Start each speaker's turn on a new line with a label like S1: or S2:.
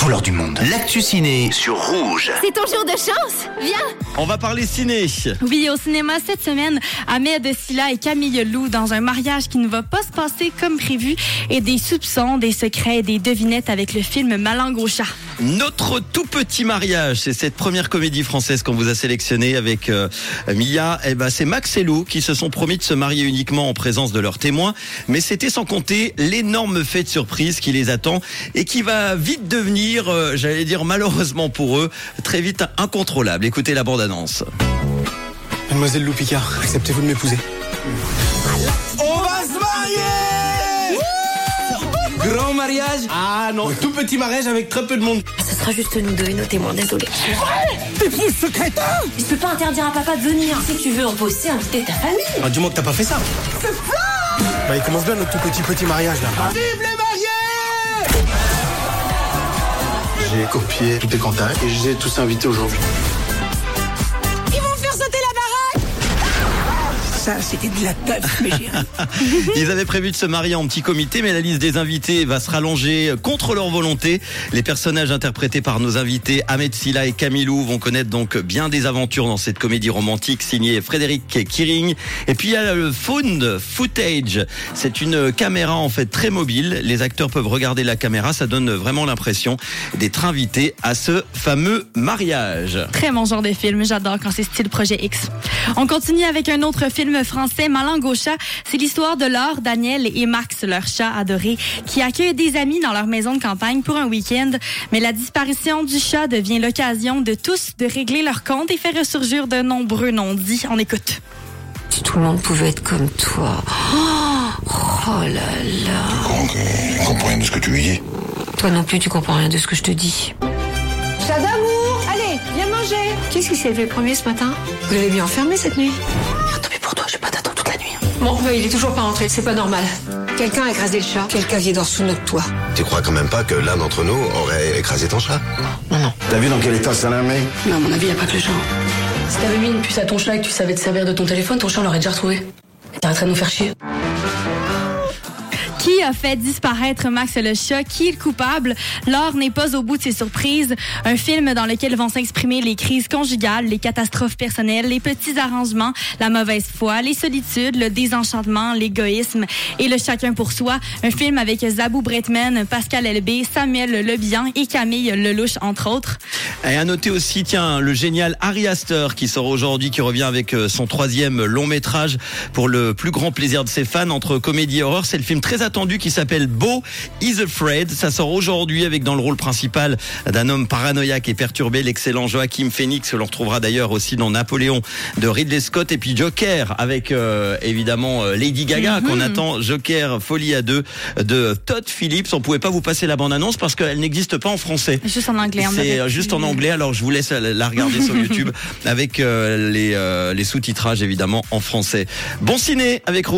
S1: couleurs du monde.
S2: L'actu ciné sur Rouge.
S3: C'est ton jour de chance Viens
S4: On va parler ciné.
S5: Oui, au cinéma cette semaine, Ahmed Silla et Camille Lou dans un mariage qui ne va pas se passer comme prévu et des soupçons, des secrets et des devinettes avec le film Malangue au chat.
S4: Notre tout petit mariage, c'est cette première comédie française qu'on vous a sélectionnée avec euh, Mia. Eh ben, c'est Max et Lou qui se sont promis de se marier uniquement en présence de leurs témoins. Mais c'était sans compter l'énorme fête surprise qui les attend et qui va vite devenir, euh, j'allais dire malheureusement pour eux, très vite incontrôlable. Écoutez la bande-annonce.
S6: Mademoiselle Lou Picard, acceptez-vous de m'épouser
S7: On va se marier Grand mariage Ah non, tout petit mariage avec très peu de monde.
S8: Ce sera juste nous deux et nos témoins, désolé.
S7: T'épouses ce
S9: hein
S7: crétin
S8: Je peux pas interdire à papa de venir. Si tu veux reposer, inviter ta famille.
S7: ah, Dis-moi que t'as pas fait ça.
S6: Bah, il commence bien notre tout petit petit mariage là.
S7: Vive les mariés
S10: J'ai copié tous tes contacts et je les ai tous invités aujourd'hui.
S4: Ils avaient prévu de se marier en petit comité, mais la liste des invités va se rallonger contre leur volonté. Les personnages interprétés par nos invités, Ahmed Silla et Camilou, vont connaître donc bien des aventures dans cette comédie romantique signée Frédéric Kiring. Et puis il y a le found footage. C'est une caméra en fait très mobile. Les acteurs peuvent regarder la caméra. Ça donne vraiment l'impression d'être invités à ce fameux mariage.
S5: Très mon genre de film, j'adore quand c'est style projet X. On continue avec un autre film français, Malangue au chat. C'est l'histoire de Laure, Daniel et Max, leur chat adoré, qui accueillent des amis dans leur maison de campagne pour un week-end. Mais la disparition du chat devient l'occasion de tous de régler leur compte et fait ressurgir de nombreux non-dits. On écoute.
S8: Si tout le monde pouvait être comme toi. Oh, oh là là.
S11: comprends que tu comprends rien de ce que tu lui dis.
S8: Toi non plus, tu comprends rien de ce que je te dis.
S9: Chat d'amour Allez, viens manger Qu'est-ce qui s'est fait premier ce matin Vous l'avez bien enfermé cette nuit
S8: Tant pis pour toi, je vais pas t'attendre toute la nuit.
S9: Bon, bah, il est toujours pas rentré, c'est pas normal. Quelqu'un a écrasé le chat. Quelqu'un qui dort sous notre toit.
S11: Tu crois quand même pas que l'un d'entre nous aurait écrasé ton chat
S8: Non, non.
S10: T'as vu dans quel état ça l'a mis
S8: Mais à mon avis, y a pas que le chat. Si t'avais mis une puce à ton chat et que tu savais te servir de ton téléphone, ton chat l'aurait déjà retrouvé. T'arrêterais de nous faire chier.
S5: Qui a fait disparaître Max le chat? Qui est le coupable? L'or n'est pas au bout de ses surprises. Un film dans lequel vont s'exprimer les crises conjugales, les catastrophes personnelles, les petits arrangements, la mauvaise foi, les solitudes, le désenchantement, l'égoïsme et le chacun pour soi. Un film avec Zabou Bretman, Pascal Elbé, Samuel Lebihan et Camille Lelouch, entre autres.
S4: Et à noter aussi, tiens, le génial Harry Astor qui sort aujourd'hui, qui revient avec euh, son troisième long métrage pour le plus grand plaisir de ses fans entre comédie et horreur. C'est le film très attendu qui s'appelle Beau is Afraid. Ça sort aujourd'hui avec dans le rôle principal d'un homme paranoïaque et perturbé, l'excellent Joachim Phoenix. On le retrouvera d'ailleurs aussi dans Napoléon de Ridley Scott et puis Joker avec euh, évidemment euh, Lady Gaga qu'on attend. Joker Folie à deux de Todd Phillips. On pouvait pas vous passer la bande annonce parce qu'elle n'existe pas en français.
S5: Juste en anglais. on
S4: C'est
S5: l'avait
S4: euh, juste en
S5: vu.
S4: anglais, alors je vous laisse la- la regarder sur YouTube avec euh, les, euh, les sous-titrages évidemment en français. Bon ciné avec Rouge.